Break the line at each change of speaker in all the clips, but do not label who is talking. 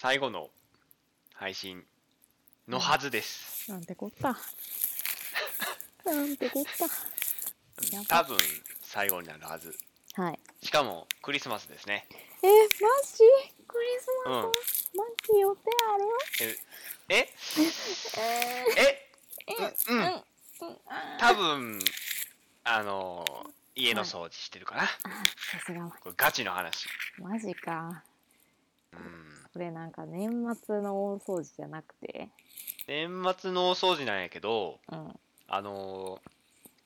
最後の配信のはずです。
なんてこ った。なんてこった。やば
多分最後になるはず。
はい。
しかもクリスマスですね。
え、マジクリスマス、
うん
マッキー予定ある
ええ
え
え
ー、
うんう
う
んん
うんあー
多分あの家の掃除してるかな。
あさすがは
これガチの話。
マジか
うん。
これなんか年末の大掃除じゃなくて
年末の大掃除なんやけど、
うん
あの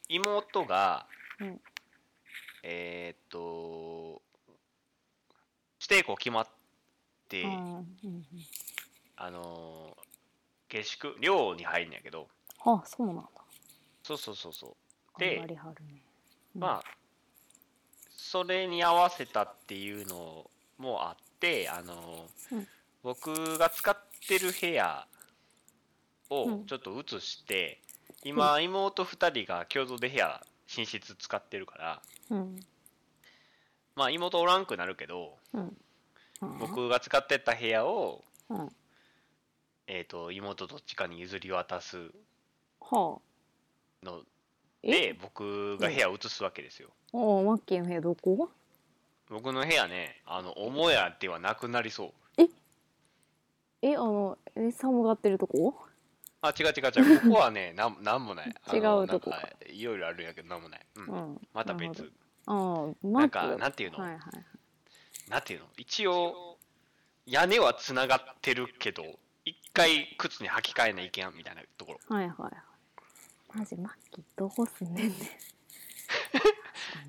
妹が、
うん
えーっと指定校決まって、
うんうん
あの下宿寮に入るんやけど
うんあそうなんだ
そうそうそうそう
頑張
で
りはるねうん
まあそれに合わせたっていうのもあってあの、
うん
僕が使ってる部屋
う
を
ん
ちょっと移して、今妹2人が共同で部屋寝室使ってるから
うん
まあ妹おらんくなるけど
うんうん
僕が使ってた部屋を、
うん
えー、と妹どっちかに譲り渡す
はあ
ので
え
僕が部屋を移すわけですよ。
おおマッキーの部屋どこ
僕の部屋ねあの母屋ではなくなりそう。
えあのえ寒がってるとこ
あ違う違う 違うここはねなんなんもない。あの
違うとこ
なんかいろいろあるんやけどなんもない。うん
うん
また
なるほど
別
ああマ
なん
ッキー
かなんていうの、
はいはい
なんていうの一応屋根はつながってるけど一回靴に履き替えないけんみたいなところ
はいはいはいマジマッキーどこ住んでんねん知らん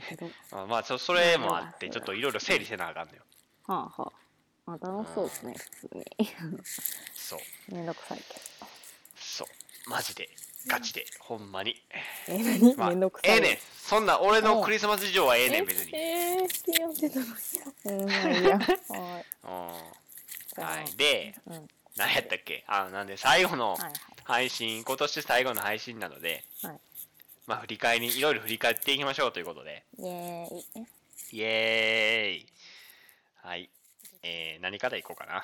けどは
あまあそそれもあって
な
ち
るほど
ょっといろいろ整理せなあかんのよ
あはあまあ楽しそうですね普通に
そう
めんどくさいけ
そうマジでガチでほんまに
どえ何、
まあ
めんどくさい
ええねんそんな俺のクリスマス事情はええ
え
ねん別に
えー、付き合ってたのに。うん、まあいいや。はい。
うんは
じゃあ
いで
うん。はい
何やったっけあなんで最後の
はい。
配信今年最後の配信なので、
はい
まあ振り返りいろいろ振り返っていきましょうということで
イエーイ。え
イエーイはいえー、何からいこうかな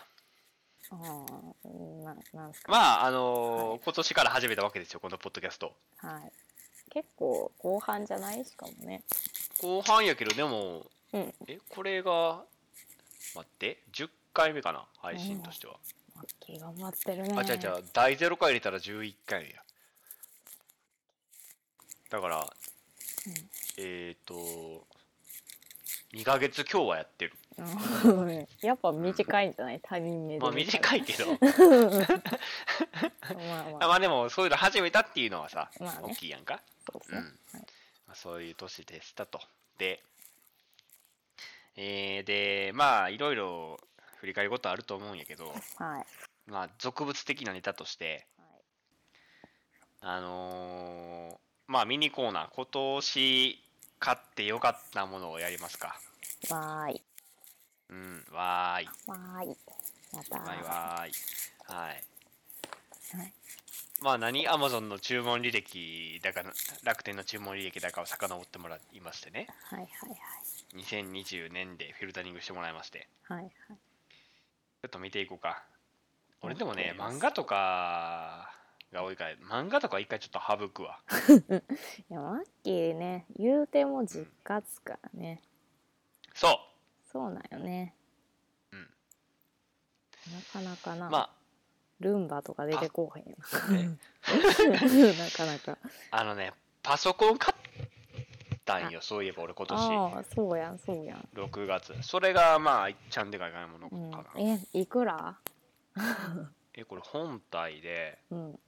ああ、な、なんすか。
まああのー
は
今年から始めたわけですよこのポッドキャスト
はい。結構後半じゃないしかもね。
後半やけどでも
うん。
えこれが待って10回目かな配信としては、
マッキー頑張ってるね。
あ違う違う第0回入れたら11回やだから、えっ、と2ヶ月今日はやってる
うん。やっぱ短いんじゃない、他人目で。
まあ短い。けど
まあま
あ
あ。
まあでもそういうの始めたっていうのはさ、
まあね
大きいやんか、
そうです
うん
ね。
まあそういう年でしたとでえー、でまあいろいろ振り返ることあると思うんやけど
はい。
まあ俗物的なネタとして
はい。
あのーまあミニコーナー今年買ってよかったものをやりますか
わーい。
うんわーい
わーい。やったー。
わーいわーいはい
はい
まあ何アマゾンの注文履歴だから楽天の注文履歴だかを遡ってもらいましてね
はいはい
2020年でフィルタリングしてもらいまして
はい。はいはい。
ちょっと見ていこうか俺
うん
でもね
お願いします
漫画とかが多いから漫画とか一回ちょっと省くわ
いや、マッキーね、言うても実家っすからね。
そう
そうなんよね。
うん
なかなかな、
ま
ルンバとか出て こうへんよ
あね
な。なかなか。
あのねパソコン買ったんよそういえば俺今年
ああ、そうやん、そうやん。
6月それがまあいっちゃんでかい買い物か
う
な、
ん、え、いくら
えこれ本体で
うん。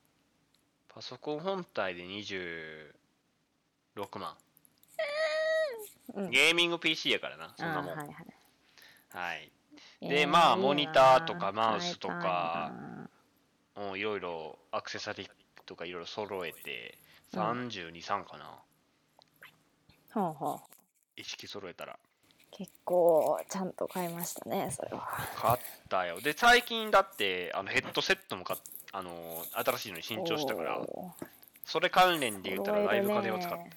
パソコン本体で26万、
うん、
ゲーミング PC やからなそんな
あ
もん
ー
は、
はいいはい。
で
えー
まあ
いい
モニターとかマウスとか
買いた
うんいろいろアクセサリーとかいろいろ揃えて
うん
323かな、
いなほうほう
一式揃えたら
結構ちゃんと買いましたね、それは。
買ったよで最近だってあのヘッドセットも買っあの新しいのに新調したから
おー
それ関連で言ったらだいぶ金を使って、
揃えるね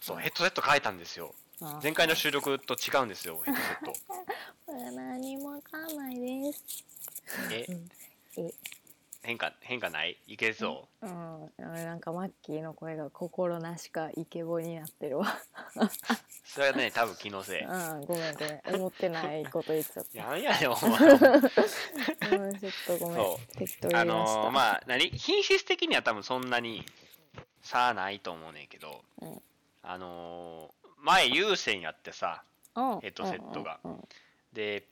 そうヘッドセット変えたんですよ
あー
前 回の収録と違うんですよヘッドセット
何もわかんないです。
え
うんえ
変化変化ないいけそ
うん、なんかマッキーの声が心なしかイケボになってるわ。
うそれはね多分気のせい
うん、ごめんごめん。思ってないこと言っちゃった。
やんや ねんお前
うん、ちょっとごめん
そ。
適当言
あ
いました。
のーまあ何品質的には多分そんなに差はないと思うねんけど、
うん
あのー前有線やってさ
うん
ヘッドセットが
うん
で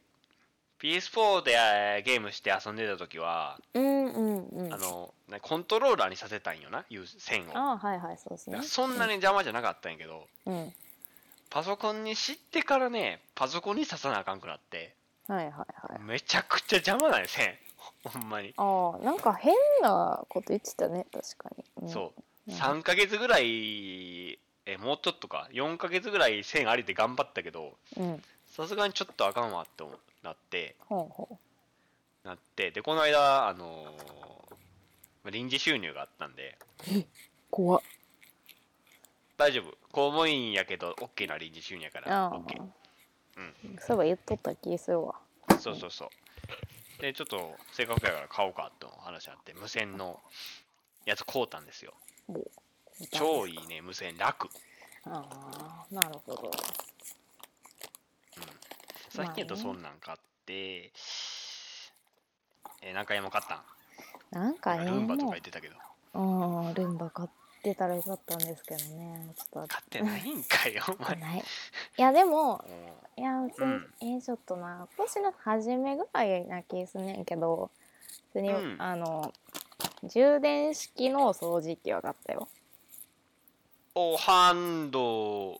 PS4 でえーゲームして遊んでた時は、
うんうんうんうん。
あのなコントローラーにさせたんよな有線をだか
あはいはいそうですね
ら。そんなに邪魔じゃなかったんやけど、
うん。うん
パソコンに知ってからねパソコンに刺さなあかんくなって
はいはいはい。
めちゃくちゃ邪魔なんよ線 ほんまに、
ああなんか変なこと言ってたね確かに。うん、
そう
うん。
3ヶ月ぐらいえもうちょっとか4ヶ月ぐらい線ありで頑張ったけど
うん。
さすがにちょっとあかんわって思なって
ほうほ
なってでこの間あのーまあ臨時収入があったんで
う。怖っ。
大丈夫公務員やけど OK な臨時収入やから
ああ
OK。
そういえば言っとった気するわ。
そうそうそうでちょっとせっかくやから買おうかと話あって無線のやつ買うたんですよ
もう。
超いいね無線楽
ああなるほど。
さっきやとそんなん買って、えー、何回も買ったん
なんか
ル
ね
ンバとか
も
言ってたけど
ううんルンバ買ってたらよかったんですけどねちょっ
買ってないんかいお
と
前も
ない。いやでも
う
いや別に、
うん
えーちょっとな今年の初めぐらいな気すんねんけど普通に、
うん
あの充電式の掃除機は買ったよ。
おハンドん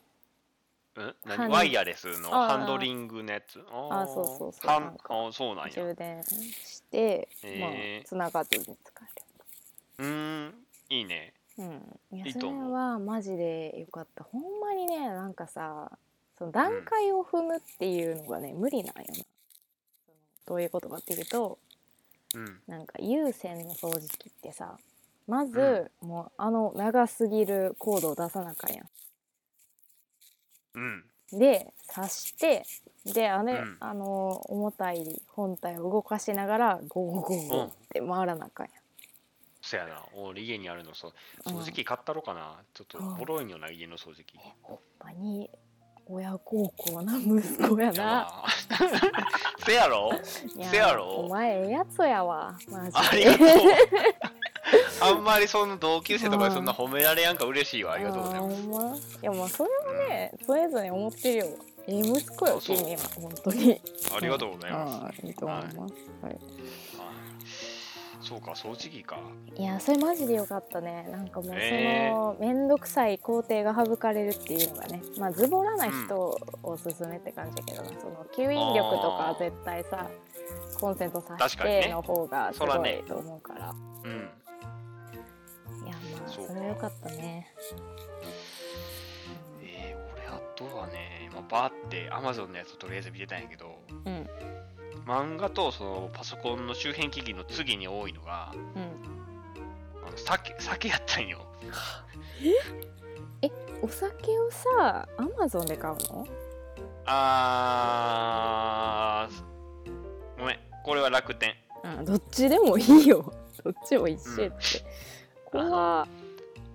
ハン
何ワイヤレスの
ああ
ハンドリングのやつあ
あそうそうそう
は
なん
ん
か
あそうなんや
充電して、まあ
へー
つながって使
うーんいいね
える。うん、いや
いい
そ
と
れ
思う
はマジでよかったほんまにねなんかさその段階を踏むっていうのがね、無理なんよな。そのどういうことかっていうと
うん
なんか有線の掃除機ってさまず
う、
もうあの長すぎるコードを出さなあかんやん。
うん
で刺してであれ、
うん
あの重たい本体を動かしながらゴーゴーゴーって回らなあかん
そやな俺家にあるのそう
やん、
掃除機買ったろかなちょっと
うん
ボロいんよな家の掃除機
うん、えほんまに親孝行な息子や
や
な
ば せや ろ
いや
せやろ
お前ええやつやわマジ
あり
で
がとうあんまりその同級生とかにそんな褒められやんか嬉しいわありがとうございます
あーほんまいやまあそれはねそれぞれ思ってるよええ息子よ
あそう
君は本当に
ありがとうございます
あーいいと思います、はい
はいそうか掃除機か
いやそれマジでよかったねなんかもうそ
え
の面倒くさい工程が省かれるっていうのがねまあズボラな人をおすすめって感じだけどな、その吸引力とかは絶対さコンセントさし
確かに
て
ね
の方がすご
そらね
いと思うから
うん
いやまあ
そうか
それはよかったね
えー、俺あとはね、まあ、バーってアマゾンのやつをとりあえず見てたんやけど
うんうん
漫画とそのパソコンの周辺機器の次に多いのがあの酒酒やったんよ
お酒をさアマゾンで買うの
あーごめんこれは楽天
うんどっちでもいいよ どっちも一緒やって、ここは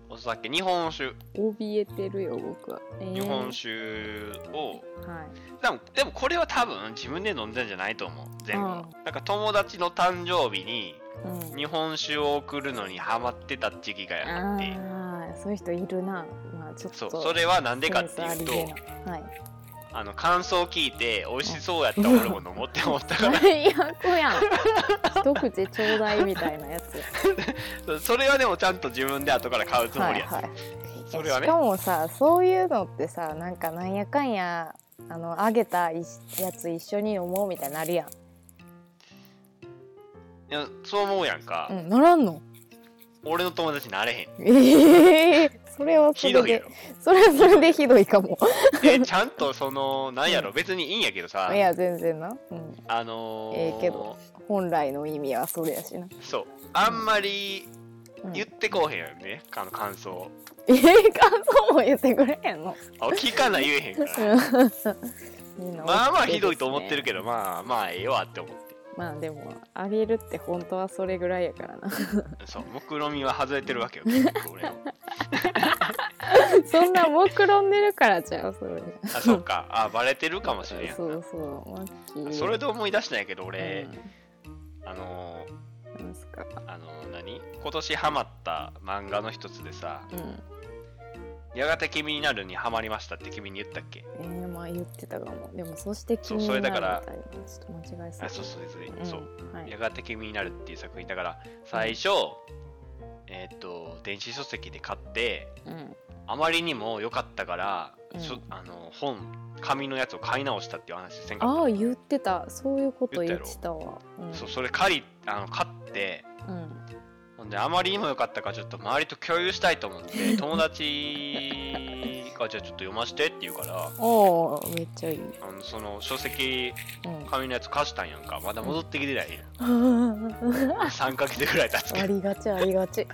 お酒日本酒
怯えてるよ僕は、えー
日本酒を
はい
でもでもこれは多分自分で飲んだんじゃないと思う前後の
う
なんか友達の誕生日に
うん
日本酒を送るのにハマってた時期があって
ああそういう人いるな、まあ、ちょっ
そう
と
それはなんでかっていう
セ
と
ンスありげなはい
あの感想を聞いて美味しそうやったら俺も飲もうって思ったから
最悪 やん一口ちょうだいみたいなやつ
そう それはでもちゃんと自分で後から買うつもりやった、
い
それはね
しかもさそういうのってさなんかなんやかんやあの揚げたいしやつ一緒に飲もうみたいになるやん、
いやそう思うやんか、
うん、ならんの
俺の友達なれへん
ええそれはそ
ひ
れ
どいや
で
ろ
それはそれでひどいかも
でちゃんとそのなんやろ別にいいんやけどさ
いや全然な、うん、
あのー
ええけど本来の意味はそれやしな、
そうあんまり
うん、
言
え
ってこうへんよね、あの感想
え感想も言ってくれへんの
あ聞かない言え へんから
うんみん な
まあまあひどいと思ってる
け
けどまあまあええわって思って
ど、まあでもあげるって本当はそれぐらいやからな
そう目論みは外れてるわけよ結局俺の
そんな目論んでるからじゃんそれ
あそうかあバレてるかもしれんやん
そ
な
うそうマッキー
それで思い出したんやけど俺、あのー
うん、なんすか
あのー何今年ハマった漫画の一つでさ
うん
「やがて君になる」にハマりましたって君に言ったっけ
えー、まあ言ってたかもでもそして
そ
気
う
になる
それ
みたい
だ
な
か
ちょっと間違えそ
あ
う
そうそうですね
ん
そう
は
「
い
やがて君になる」っていう作品だから最初えっ、と電子書籍で買って
うん
あまりにも良かったから、
うん
しょあの本紙のやつを買い直したっていう話せんか
あ
っ
あ言ってたそういうこと言
言
っ
ったやろ
てたわうん
たそうそれ借りあの買って
うん
ほんであまりにも良かったからちょっと周りと共有したいと思って 友達がじゃあちょっと読ませてって言うから
おおめっちゃいい
あのその書籍
うん
紙のやつ貸したんやんかまだ戻ってきてないやん 3ヶ月ぐらい経つけ
あ
ど
りがちありがちい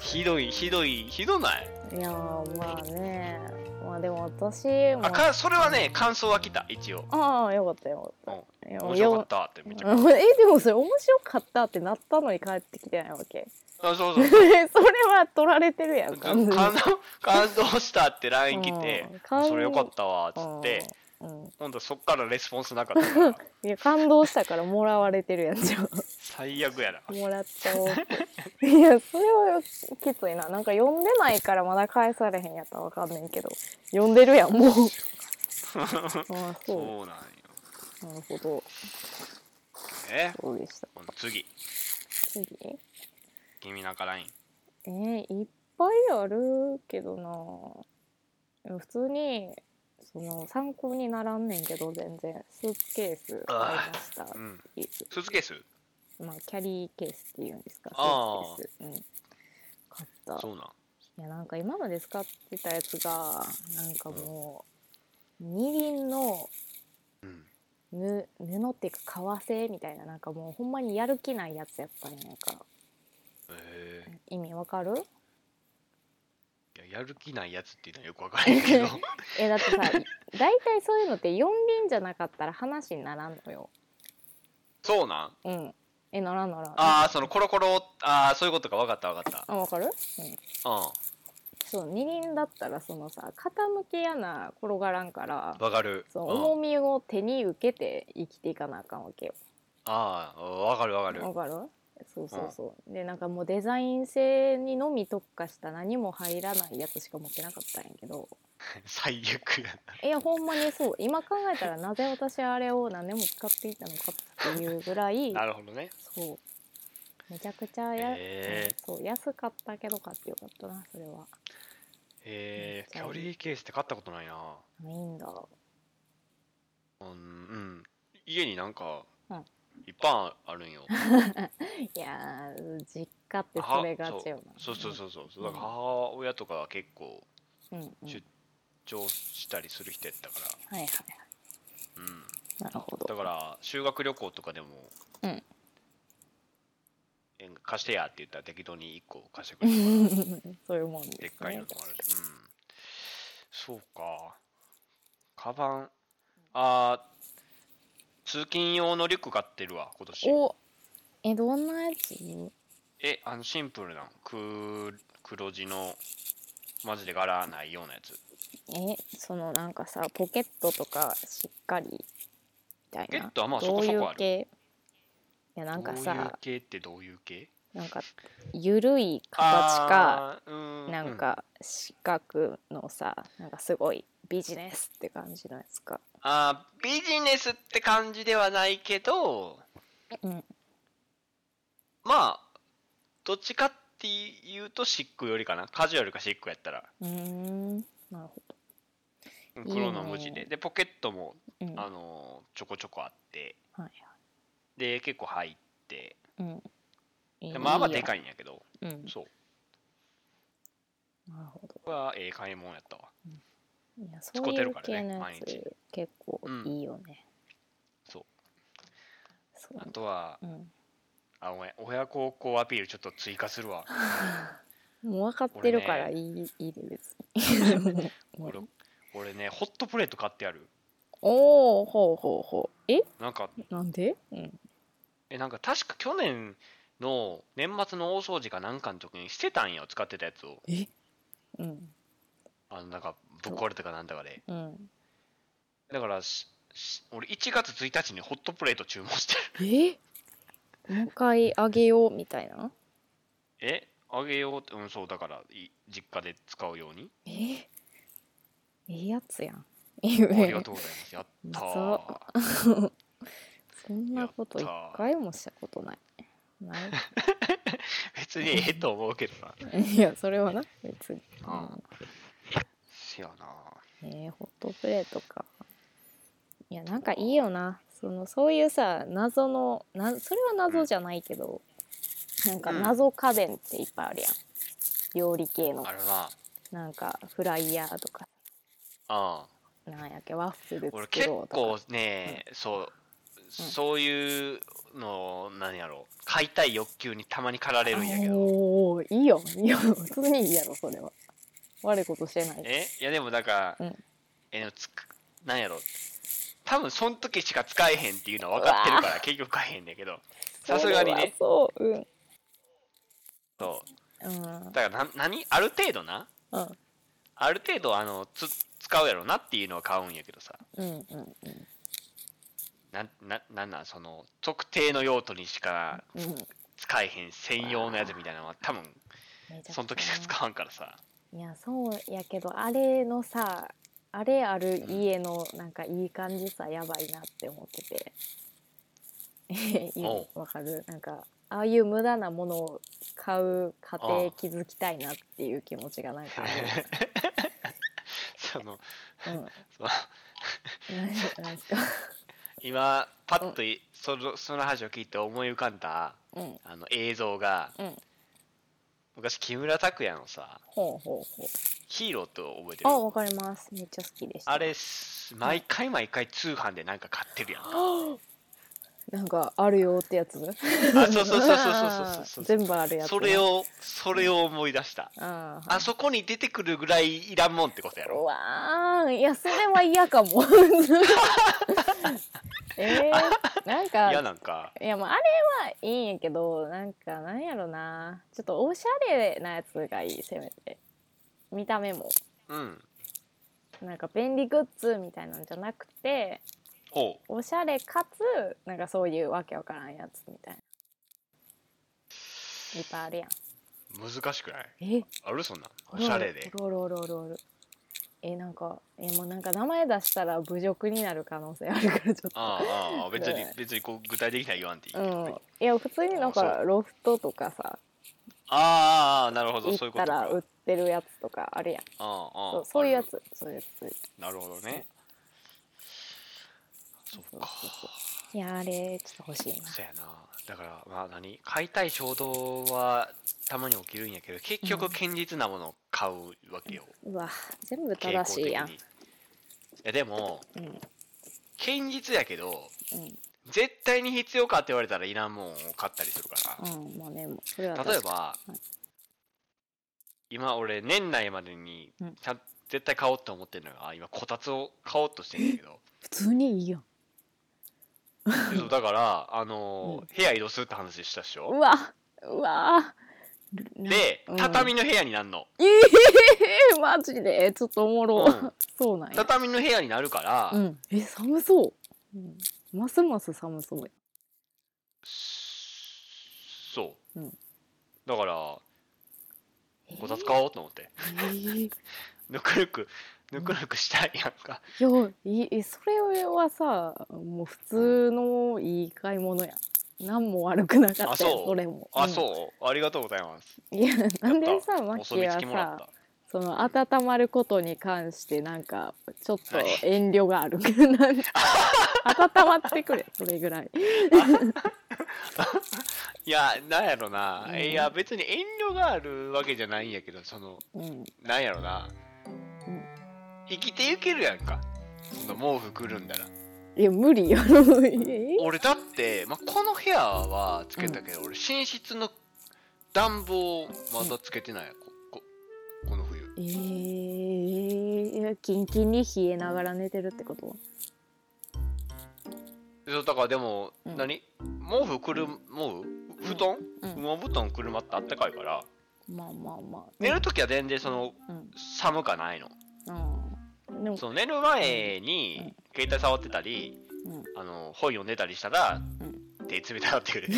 ひどいひどいひどない
やーまあねまあでも私も
あかそれはね感想は来た一応
ああよかったよかったいや
面白かったってめっちゃ
よえでもそれ面白かったってなったのに帰ってきてないわけ
あそうそう
それは取られてるや ん
感動
完
感動したって
全
LINE
に
来て
う
「
ん感
それよかったわ」っつって
うんうん
今度そっからレスポンスなかったから
いや感動したからもらわれてるやんじゃん
最悪やな
もらっちゃおうって いやそれはきついななんか読んでないからまだ返されへんやったらわかんねんけど読んでるやんもう ああそ
そうなんよ
うなるほど
え
そうでした
この次
次
君なんか LINE
えー、いっぱいあるけどな普通にその参考にならんねんけど全然スーツケース買いました
うん
ケース
スーツケース
まあキャリーケースっていうんですかス
あ
ー
ー
ツケース、うん、買った
そうなん
いやなんか今まで使ってたやつがなんかもう二輪の
うん
ぬ布っていうか革製みたいななんかもうほんまにやる気ないやつやったんやんか
え
意味わかる
ーいややる気ないやつっていうのはよくわからへん けど
えだって さ大体そういうのって四輪じゃなかったら話にならんのよ
そうなん
うんえならんならん
ああそのコロコロああそういうことかわかったわかった
あわかる、うん、
う
そう二輪だったらそのさ傾きやな転がらんから
んわかる
その
うん
重みを手に受けて生きていかなあかんわけよ
ああわかるわかる
わかるそうそうそう、でなんかもうデザイン性にのみ特化した何も入らないやつしか持ってなかったんや けど
最悪やない
やほんまにそう今考えたらなぜ私あれを何年も使っていたのかっていうぐら い
なるほどね
そうめちゃくちゃや、
へえ
そう安かったけど買ってよかったなそれは
えー、キ
めっちゃい
ャ
い
リーケースって買ったことないない
いんだ
うん、うん、家になんか、
うん
いっぱいあるん よ
いやー実家ってそれがちよな
そうそうそうそう
うん
だから母親とかが結構
うん、うんうん、は
出
い
張したりする人やったか
はいはい
らうん
なるほど
だから修学旅行とかでも、
うん
え貸してやって言ったら適当に1個貸してくれるから
そういうもんです、ね、
でっかいのとかあるし、うん、そうかカバンあー通勤用のリュック買ってるわ今年
おえどんなやつ
えあのシンプルなのく黒地のマジで柄ないようなやつ
えそのなんかさポケットとかしっかりみたい
ポケッ
な
トはまあそ
ど
こ
う
そ
いう
こある
系いやなんか
どういう
さ
系ってどういう系
なんかゆるい形か
あーうー
なんか四角のさなんかすごいビジネスって感じのやつか
あービジネスって感じではないけど
うん
まあどっちかっていうとシックよりかなカジュアルかシックやったら
うーんなるほど
うん
いいね
黒の無地ででポケットも、
うん
あ
は
のーちょこちょこあって
いはい
で結構入って
うんいい
でまあまあで
い
かいんやけど
いやうん
そう
なるほど
これはええ買い物やったわ
いやそ
使
う
っ
い
てる
う
からね
系のや
毎日
つ結構
うん
いいよね
そう
そう
あとは
うん
あごめん親孝行アピールちょっと追加するわ
もう分かってるから いい,、いいで別にもう
俺俺ねホットプレート買ってやる
おおほうほうほうえ
なんか
なんでうん
えなんか確か去年の年末の大掃除かなんかの時にしてたんよ使ってたやつを
えうん
あのなんかぶっ壊れたかなんだかで
うん
だからしし俺1月1日にホットプレート注文してる
えもう一回あげようみたいな
えあげようってうんそうだからい実家で使うように
ええいやつやん
ありがとうございますやった ー
そんなこと一回もしたことない。ない
別にええと思うけどない
や、それはな、別に。
あせやな
ねえホットプレートか。いや、なんかいいよな。そのそういうさ、謎のな、それは謎じゃないけど、なんか謎家電っていっぱいあるやん。料理系の
あ、れな
なんかフライヤーとか、
あ
なんやっけ、ワッフル
俺
作
結
ろうと
構
か。
ね、そうそういうの何やろ買いたい欲求にたまに駆られるんやけど
おーいいよ、いいよ、 普通にいいやろ、それは。悪いことしてない。
えいやでもだから、
うん
えでもつくなんやろ多分その時しか使えへんっていうのは分かってるから結局買えへんねんけどさすがにね
それはそう、うん。
そう
うん
だからな何ある程度な
うん
ある程度あのつ使うやろなっていうのは買うんやけどさ
うんうんうん
なんななんなんその特定の用途にしか
うん
使えへん専用のやつみたいなのは多分その時しか使わんから さ
いやそうやけどあれのさあれある家のなんかいい感じさやばいなって思ってて いや
お
わかるなんかああいう無駄なものを買う家
あ
庭
あ
築きたいなっていう気持ちがなんか
その
ある、うん、
その
ななんすか
今パッとい、そのその話を聞いて思い浮かんだ
うん
あの映像が、
うん
昔木村拓哉のさ
ほうほうほう
「ヒーロー」と覚えてる
あわかりますめっちゃ好きでした
あれす毎回毎回通販でなんか買ってるや んか
なんかあるよってやつ
あそうそうそうそうそうそうそう
全部あるやつ
それをそれを思い出した、
あー
あそこに出てくるぐらいいらんもんってことやろ
わーいやそれは嫌かも えー、なんか
いやなんか
いやもうあれはいいんやけどなんかなんやろなちょっとおしゃれなやつがいいせめて見た目も
うん
なんか便利グッズみたいなんじゃなくて
ほう
おしゃれかつなんかそういうわけわからんやつみたいないっぱいあるやん
難しくない
え
あるそんなんおしゃれで
おるおるおるおるおるえなんかえもうなんか名前出したら侮辱になる可能性あるからちょっと
ああああ別に
ね
別にこう具体的には言わんでいいけ
う
どね、
ん、いや普通になん
あ
かロフトとかさ
あーあーなるほどそうい
行っ
うこと
た
から
売ってるやつとかあるやん
ああああ
そうそういうや
ある
つそういうやつ
なるほどね
そうそうそういやあれちょっと欲しいな
そうやなだからまあ何買いたい衝動はたまに起きるんやけど結
う
局
ん
堅実なものを買うわけよ、
うわ全部
傾向
正し
的に
い
い
や
や
ん
でも
うん
堅実やけど
うん
絶対に必要かって言われたらいらんもんを買ったりするから
うんまあねもうそれは
例えば、
はい
今俺年内までに
うん
ちゃん絶対買おうと思ってるのが今こたつを買おうとしてるんだけど
普通にいいやん
でそうだからあのー部屋移動するって話したっし
う
ょ
わうわな
で
うん
畳の部屋になるの、
ええマジでちょっとおもろ、
うん
そうなんや
畳の部屋になるから、
うんえ寒そう、うん、ますます寒そうや
そう、
うん
だから
えー
こたつ買おうと思って
えー
ぬくぬくぬくぬくしたいやんか
いやいいえそれはさもう普通のいい買い物やん何も悪くなか
あ
った
そ
よ
う
それも
あ、
ん
そうありがとうございます
いやなんでさマ
お
ッキ
墨
ー
付
は
きもらっ
さ
た
その温まることに関してなんかちょっと
はい
遠慮があるなんか温まってくれそれぐらい
いやなんやろな、
うん
いや別に遠慮があるわけじゃないんやけどその
うん
なんやろな、
うん
生きていけるやんかその毛布くるんだら
いや無理よえ
俺だって、まあ、この部屋はつけたけど、俺寝室の暖房まだつけてないよこここの冬
えー、キンキンに冷えながら寝てるってこと
そうだからでも、
うん
何毛布くる毛布布団、
うん
羽毛布団くるまってあったかいから
まあまあまあ
寝る時は全然その
うん
寒かないの
うんでも
その寝る前に携帯触ってたり
うん
あの本読んでたりしたら、手冷たなってく る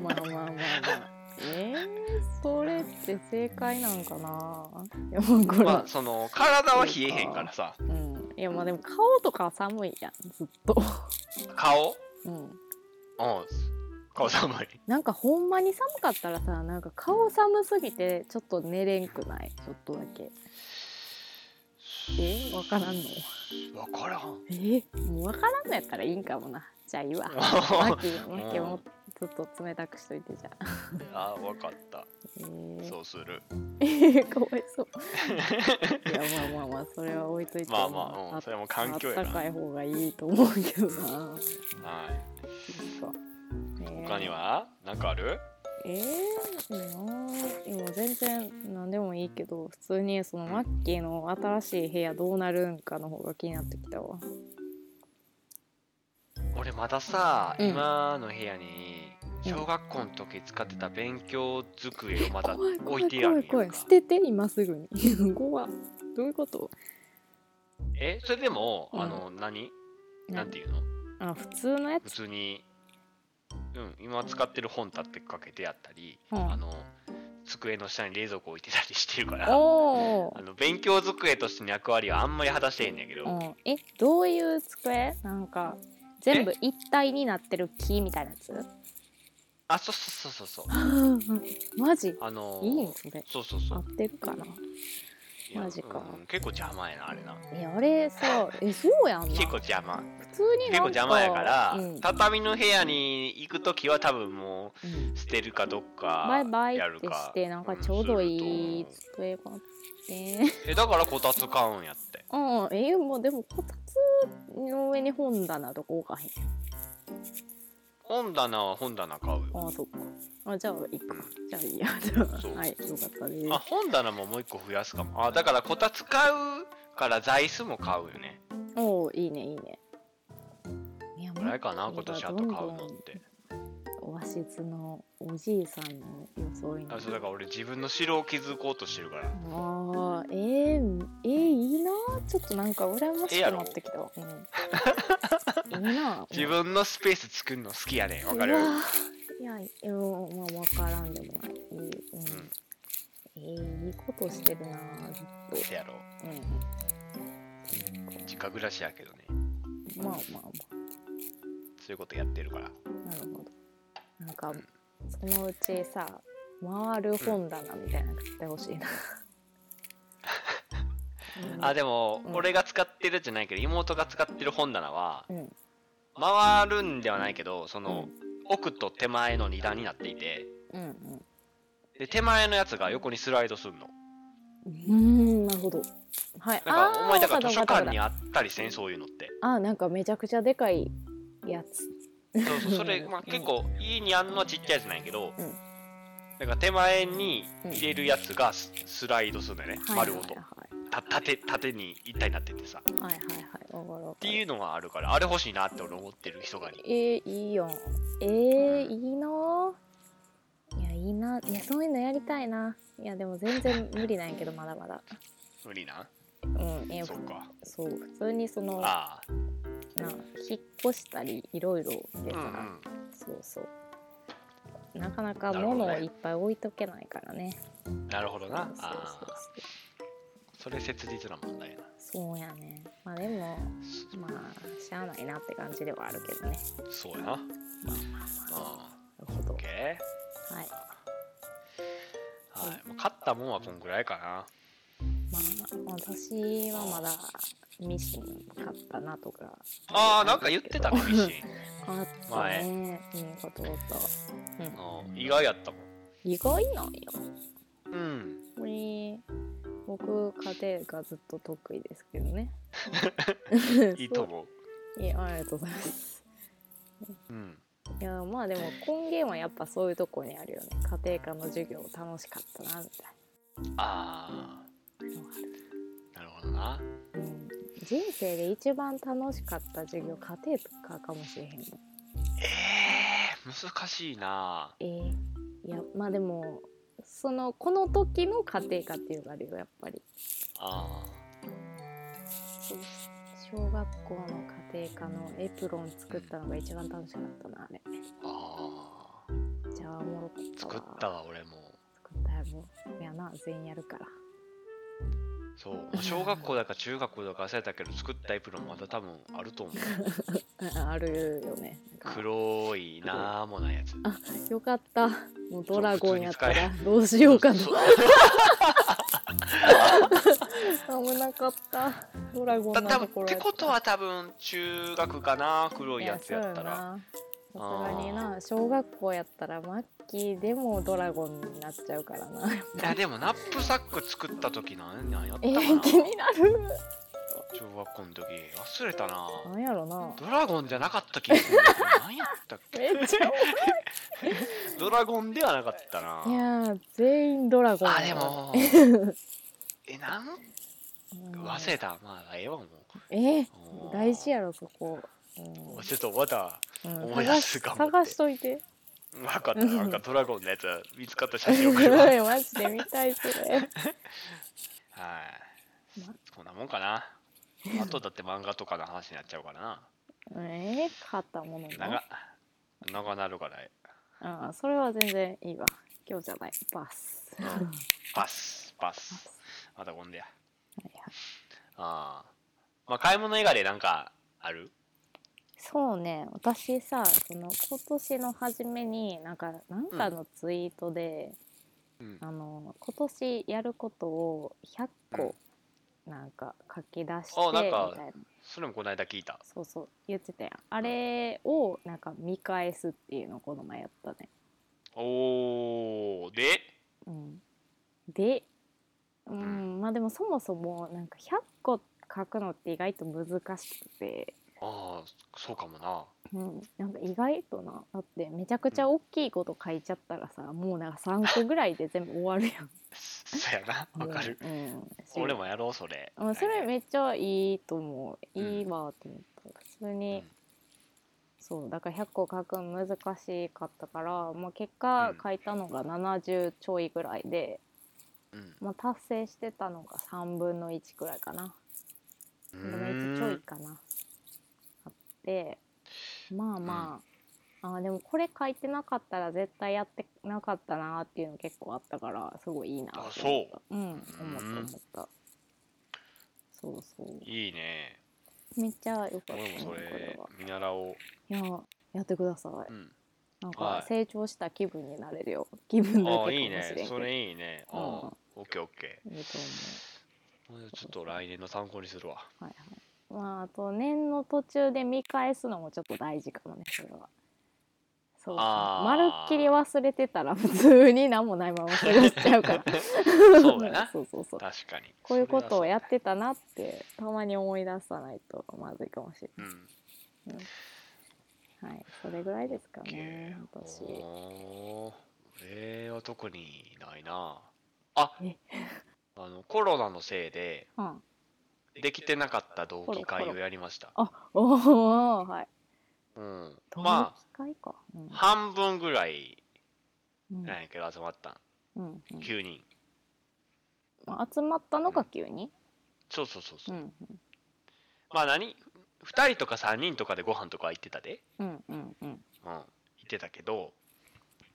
まあまあまあま あえー、それって正解なんかない やもうこれ、
まあその体は冷えへんからさ
うんいやまあでも顔とかは寒いやんずっと
顔
うん
うん顔寒い
なんかほんまに寒かったらさなんか顔寒すぎてちょっと寝れんくないちょっとだけえわからんの
分からん
えもうわからんのやったらいいんかもなじゃあい いわマキマキもちょっと冷たくしといてじゃあ
あ分かった
えー
そうする
かわい そう。いやまあまあまあそれは置いといて
まあまあうん
っ
それも環境やな
あったかい方がいいと思うけどな。なんか
はい
えー
他には何かある
えー、いいなでも全然何でもいいけど普通にそのマッキーの新しい部屋どうなるんかの方が気になってきたわ。
俺まださ、
うん
今の部屋に小学校の時使ってた勉強机をまだ
怖い怖
置
い
いてあ
怖
る
い
んや
怖
ん
い
か
捨てて今すぐに。 怖いどういうこと
えそれでも、
うん
あの何なんていうの
あ普通のや
普
つ
通にうん今使ってる本立ってかけてあったり、
うん
あの机の下に冷蔵庫置いてたりしてるから
おお
あ。の勉強机としての役割はあんまり果たしてへんねんけど、
うん、えどういう机なんか全部一体になってる木みたいな やつ
あそうそうそうそうそう
マジ
あの
いいんそれ
そうそうそ
合
う
ってるかない
や
マジか
うん結構邪魔やなあれな
えあれさ えそうやんな
結構邪魔
普通に
結構
なん
邪魔やから、
うんうん
畳の部屋に行く時は多分もう捨てるかどっ
バ
か
イバイ
や
っ
る
て
か
してなんか
うん
ちょうどいい
する
机があって
と思うえだからこたつ買うんやって
うんえもうでもこたつの上に本棚とか置かへん
本棚は本棚買うよ
ああそっかあじゃあいいか
う
じゃあいいや じゃ
そう
あはいよかったです
あ本棚ももう一個増やすかもあだからこたつ買うから座椅子も買うよね
おおいいねいいねいや
ぐらいかな
もっ
今年あと
ど
買うん
どん
のって
和室のおじいさんの装いの
あそうだから俺自分の城を築こうとしてるから
あーえー、えー、いいなちょっとなんか羨ま
ええ
し
や
く
ろ
なってきたわ、うん、いいな
自分のスペース作るの好きやねんわか
う
る
わーいやいやまあわからんでもないいい、うんえー、いいことしてるなずっ
せやろ
と、
実家暮らしやけどね
うん、まあまあ
そういうことやってるから
まあなるほどなんかそのうちさ回る本棚みたいなの買ってほしいな、うん
あでも、
うん
俺が使ってるじゃないけど妹が使ってる本棚は
うん
回るんではないけどその、奥と手前の2段になっていて
うんうん
で手前のやつが横にスライドするの
うーんなるほど。はい。
なんかお前だから
あー
図書
わった
館に
わかっ
あったりせんそういうのって
たあーなんかめちゃくちゃでかいやつ。
そうそうそれ、
うん
まあ、結構家にあんのはちっちゃいやつなんやけど、
うん
だから手前に入れるやつがススライドするんだよね、丸ごと
は
た縦縦に一体になっててさっ
いはいはい。はいはいはい。わかるわか
て
る。
いうのがあるからあれ欲しいなって俺思ってる人がに
えー、いいやん。えー、いいなー。いやいいな。いやそういうのやりたいな。いやでも全然無理なんやけどまだまだ。
無理な
うん。えー
そうか
そう普通にそのな
ああ
引っ越したりいろいろで
う
さ、
んうん
そうそう。なかなか
なるほど
物
ね
をいっぱい置いとけないからね。
なるほどな。
そうそう
あ
そう
あ
そう。
ー、それ切実な問題やな。
そうやね。まあでも、まあ、しゃあないなって感じではあるけどね。
そそうやな。
まあまあまあ。
あ
なるほ
あ、
ど
オッ。ケ
はい。
ー。はい、もう買ったもんはこんぐらいかな。
まあ、私はまだミシン買ったなとか。
ああ、なんか言ってたね、ミシン。
あったね。うん、買った買った。
うん意外やったもん。
意外なんや。
うん。
これ、僕、家庭がずっと得意ですけど ね。
いいと思
そう。いや、ありがとうございます。
う。うん。
いや、まあでも根源はやっぱそういうとこにあるよね。家庭科の授業楽しかったな、みたいな。
ああ、なるほどな。
うん人生で一番楽しかった授業家庭とかかもしれへん
えー、難しいな
えー、いやまあでもそのこの時の家庭科っていうのがあるよやっぱり
あ
そう小学校の家庭科のエプロン作ったのが一番楽しかったなあれ
ーあ
じゃあおもろか
ー
ったわ
作ったわ俺も
作ったやもうやな全員やるから
そう まあ小学校だか中学校だか忘れたけど作ったエプロンまだ多分あると 思う
ああるよねなんか
黒いなーもないやつ
あよかったもうドラゴンやった
そう
らどうしようかな
そう
危なかったドラゴン
だ
の
多
とこ
分っ
ろ
て
や
ことは多分中学かな黒いやつやったら
いやそうよなさすがにな小学校やったら末期でもドラゴンになっちゃうからな
いやでもナップサック作った時何何やった
え
かな
ー、気になる
小学校の時忘れたな
なんやろな
ドラゴンじゃなかった気がするんだけど何やったっけ
めっちゃ
ドラゴンではなかったない
やー全員ドラゴン
あでも えなん
うん
忘れたまあええわもう
え
うん
大事やろそこ、うん
ちょっとまた
うん
思い出すかも
探し探しといて
分かった
うん
なんかドラゴンのやつ見つかった写真送る わはい
マジで見たいそれま
こんなもんかなあとだって漫画とかの話になっちゃうからな
えー、買ったものの
長長なるから
あそれは全然いいわ今日じゃないバス
うん
はい
パスパスまた今度や
はい
ああまあ買い物以外でなんかある
そうね私さその今年の初めになんかなんかのツイートで、
うん
あの今年やることを100個なんか書き出して
あ
み
な
た
ん
い
か
な
それもこの間聞いた
そうそう言ってたやんあれをなんか見返すっていうのをこの前やったね
おーで
うん、で、う
うん
ん、まあでもそもそもなんか100個書くのって意外と難しくて、
ああそうかもな
うん、なんか意外となだってめちゃくちゃ大きいこと書いちゃったらさもうなんか3個ぐらいで全部終わるやん。
そやなわかる、
うんうん、し
俺もやろうそれ
うんそれめっちゃいいと思う
うん
いいわって思った普通に、
うん
そうだから100個書くの難しかったから、まあ、結果
うん
書いたのが70ちょいぐらいで、
うん
まあ、達成してたのが3分の1くらいかな
う
3分の1ち
ー
ょ
ん
いかなあってまあまあ,、あーでもこれ書いてなかったら絶対やってなかったなーっていうの結構あったからすごいいいな
あ
って思ったうん思った
うん
思ったそうそう
いいね
めっちゃ良かった
俺
ね
もそ
これ
れ
は
見習おう、
いややってください、
うん、
なん
はい
か成長した気分になれるよ気分だけか
あ
も
あ
し
いい
れんけど
ねそれいいねああ
うん
オッケーオッケ
いいと思う
ーもうちょっと来年の参考にするわ
はいはい。まあ、あと年の途中で見返すのもちょっと大事かもね、それは。そうそう
あー
まるっきり忘れてたら普通に何もないまま過ごしちゃうから。
そうやな
そうそうそう。
確かに
こういうことをや
て
ってたなってたまに思い出さないとまずいかもしれ
う
ない。
ん
はい、それぐらいですか
オッケー
ね、私。
おー俺は特にないなあ
え
あのコロナのせいで
うん。
できてなかった同期会をやりました
おお、はい。
うん
同期
ま
会か。うん
あ半分ぐらい
うん
なんやけど集まった
うんうん
ん9人
まあ集まったのが急に。
そうそうそうそううんまあ何2人とか3人とかでご飯とか行ってたで
うんうんうん。
うん行ってたけど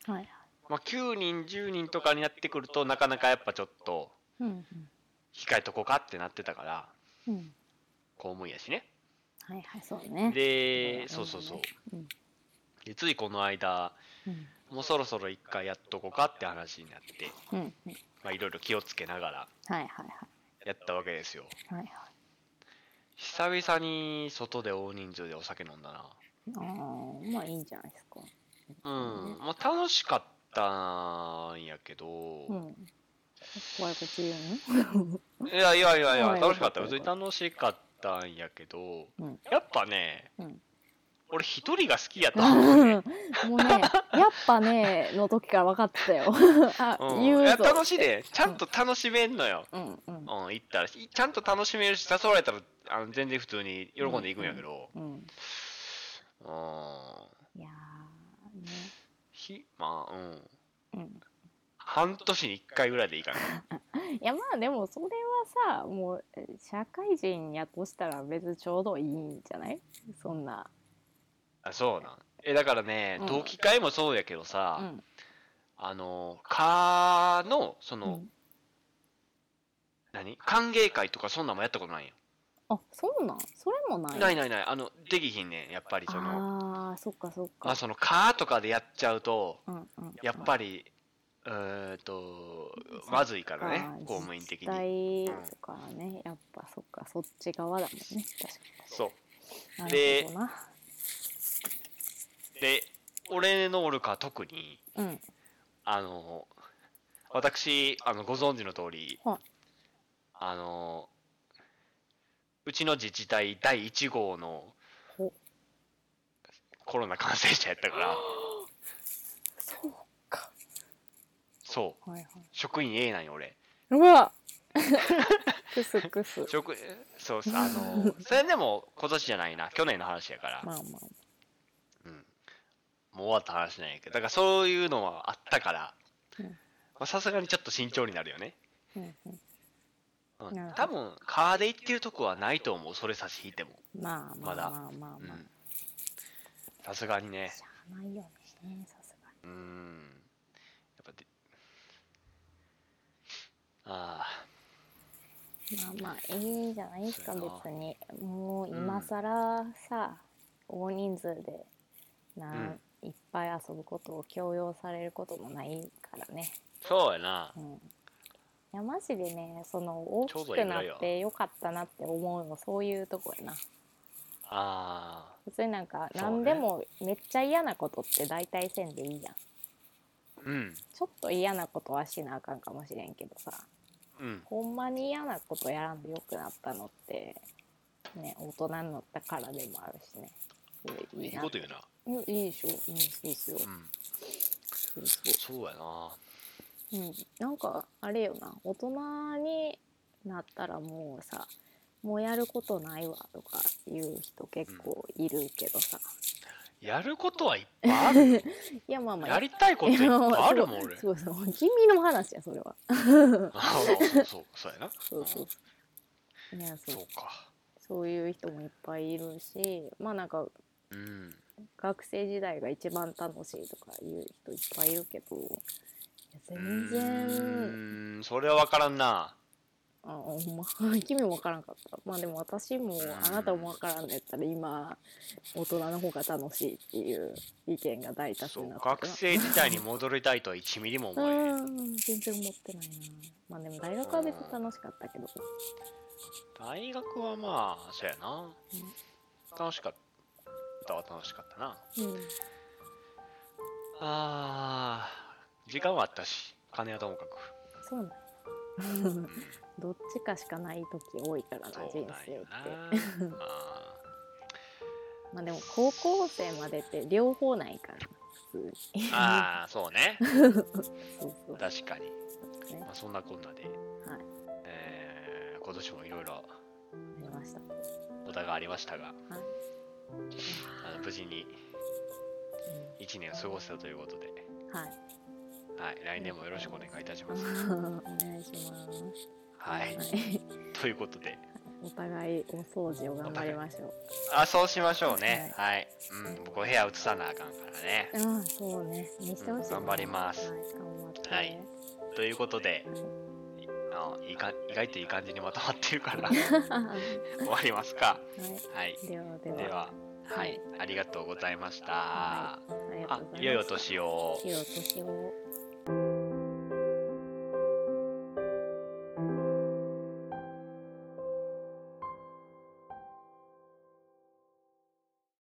はいはい。
まあ9人10人とかになってくるとなかなかやっぱちょっと
うん
控えとこうかってなってたから
うんうん。
公務員やしね
はいはいそうね。
で
うん
そうそうそう
うん
でついこの間
うん
もうそろそろ一回やっとこうかって話になって、
うんうん
まあ、いろいろ気をつけながら
はいはいは
やったわけですよ
いはいはい。
久々に外で大人数でお酒飲んだ
ああまあいいんじゃないですか。
なうんまあ楽しかったんやけど、
うん。怖いこと言
いやいやいやいや
はい
楽しかった
はい
別に楽しかったんやけど、
うん
やっぱね、
うん
俺一人が好き やった
もうね、やっぱね、の時から分かってたよ。 あ、
うん、
言う
い
ぞ
や。楽しいでちゃんと楽しめんのよ、
うんう
う
ん
ん、行ったらしちゃんと楽しめるし誘われたらあの全然普通に喜んでいくんやけど、
うん。
うん
いやーね。
ひまあうん
うん、
半年に1回ぐらいでいいかない
やまあでもそれはさもうえ社会人やとしたら別にちょうどいいんじゃないそんな、
あそうなんえだからね、
うん
同期会もそうやけど
う
さ、
ん
あの課のそうの、
ん
何歓迎会とかそんなんもやったことないよ、
あそうなんそれもない
ないないないあのできひんねんやっぱりその
あーそっかそっか、
まあその課とかでやっちゃうと
うんうん、
やっぱりうーんと
そっか
まずいからね
あー
公務員的に
自治
うん
体とかねやっぱそっかそっち側だもんね確か
そ
に
で
なるほどな
うで俺のおるか特に
うん
あの私あのご存知の通り、
はい
あのうちの自治体第1号の
ほ
コロナ感染者やった から
そうか
そう
はいはい
職員 A なんよ俺
うわ クスクス
職 そうあのそれでも今年じゃないな去年の話やから、
まあまあ
うん、もう終わった話なんやけどだからそういうのはあったから
うん
まあさすがにちょっと慎重になるよね、
うんうん
うん
なるほど
多分カーで行ってるとこはないと思うそれ差し引いても
まあま
ま
あ
だ
まあまあまあ、
うんさすがにね
しゃあないよねさすが
うーんやっぱであ
にまあまあいいじゃないですか
そうやな
別にもう今更さ、大人数でなん、いっぱい遊ぶことを強要されることもないからね
あそうやな
うんいやマジでねその大
ちょう
き
どいい
く
ぐら
ない
よ
ってよかったなって思うのそういうとこやな
あ
普通になんか
そうね
何でもめっちゃ嫌なことって大体せんでいいや
ー
ん
うん
ちょっと嫌なことはしなあかんかもしれんけどさ
うん
ほんまに嫌なことやらんでよくなったのってね大人になったからでもあるしねすごい
い
いい
い
な
こと言うな
うんいいでしょうんそうっすよ
うん
そうそう
そうやな
うん、なんかあれよな大人になったらもうさもうやることないわとかいう人結構いるけどさ、
やることはいっぱいあるよ
いやまあまあ
やりたいこといっぱいあるもん俺そ
そうそう君の話やそれは
うそうそうやな
そうそうそういやそう
そうか
そういう人もいっぱいいるしまあなんか
うん
学生時代が一番楽しいとかいう人いっぱいいるけどいや全然
うーんそれは分からんな
あほんま 君もわからんかったまあでも私もあなたもわからんのやったら今大人の方が楽しいっていう意見が大多数
そ
に
う
なった
学生時代に戻りたいとは1ミリも思えへん
うん全然思ってないなまあでも大学は別に楽しかったけど
大学はまあそうやな、楽しかったは楽しかったな
うん
あー時間はあったし金はともかく
そうなんや どっちかしかない時多いからな
そう
人
なん
生っ
よ
て
な あ
まあでも高校生までって両方ないから普通に
ーあーそうね
そうそう
確かに、
ね
まあ、そんなこんなで、
はい
えー今年もいろいろ
ありました
お互いありましたが、あの無事に
う
1年を過ごせたということで、
はい
はい、来年もよろしくお願いいたします。
お願いします
はい、
はい
ということで、
お互いお掃除を頑張りましょ
あ、そうしましょうね。はい、うん、僕部屋移さなあかんからね。
う。うん、そうね。にしてほしいな、
うん頑張ります
はい、頑張って。
はいということで、あいいか意外といい感じにまとまってる から、
は
終わりますか。
い。
はい、
ではで
で
は。
は、はい、ありがとうございました。
ありが
あ
とうございます。
良いお年を。
良いお年を。